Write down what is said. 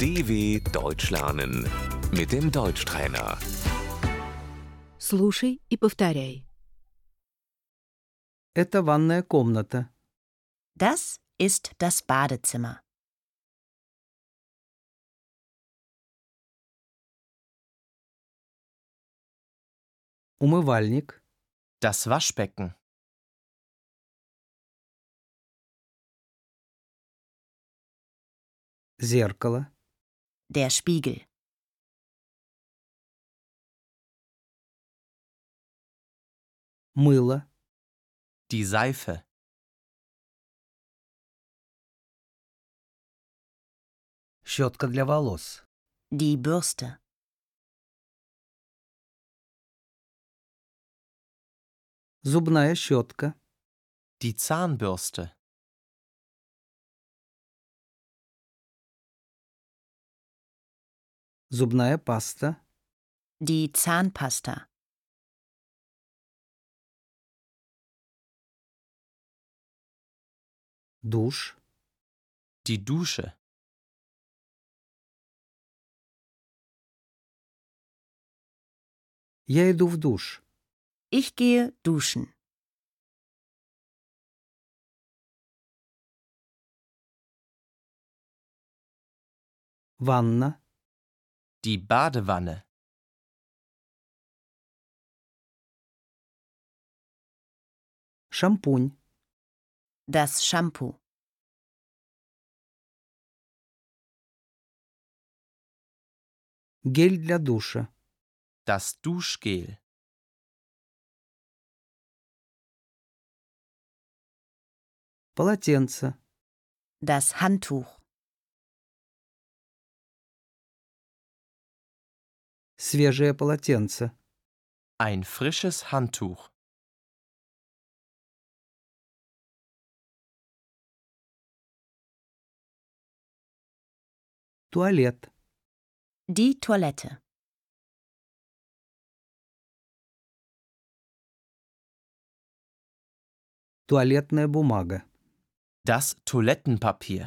DW Deutsch lernen mit dem Deutschtrainer. Слушай и повторяй. Это ванная комната. Das ist das Badezimmer. Умывальник. Das Waschbecken. Зеркало. Der Spiegel. Мыло. Die Seife. Щетка для волос. Die Bürste. Зубная щетка. Die Zahnbürste. Зубная паста. Die Zahnpasta. Душ. Die Dusche. Я иду в душ. Ich gehe duschen. Ванна. Die Badewanne. Шампунь. Das Shampoo. Гель для душа. Das Duschgel. Полотенце. Das Handtuch. Свежее полотенце. Ein frisches Handtuch. Туалет. Die Toilette. Туалетная бумага. Das Toilettenpapier.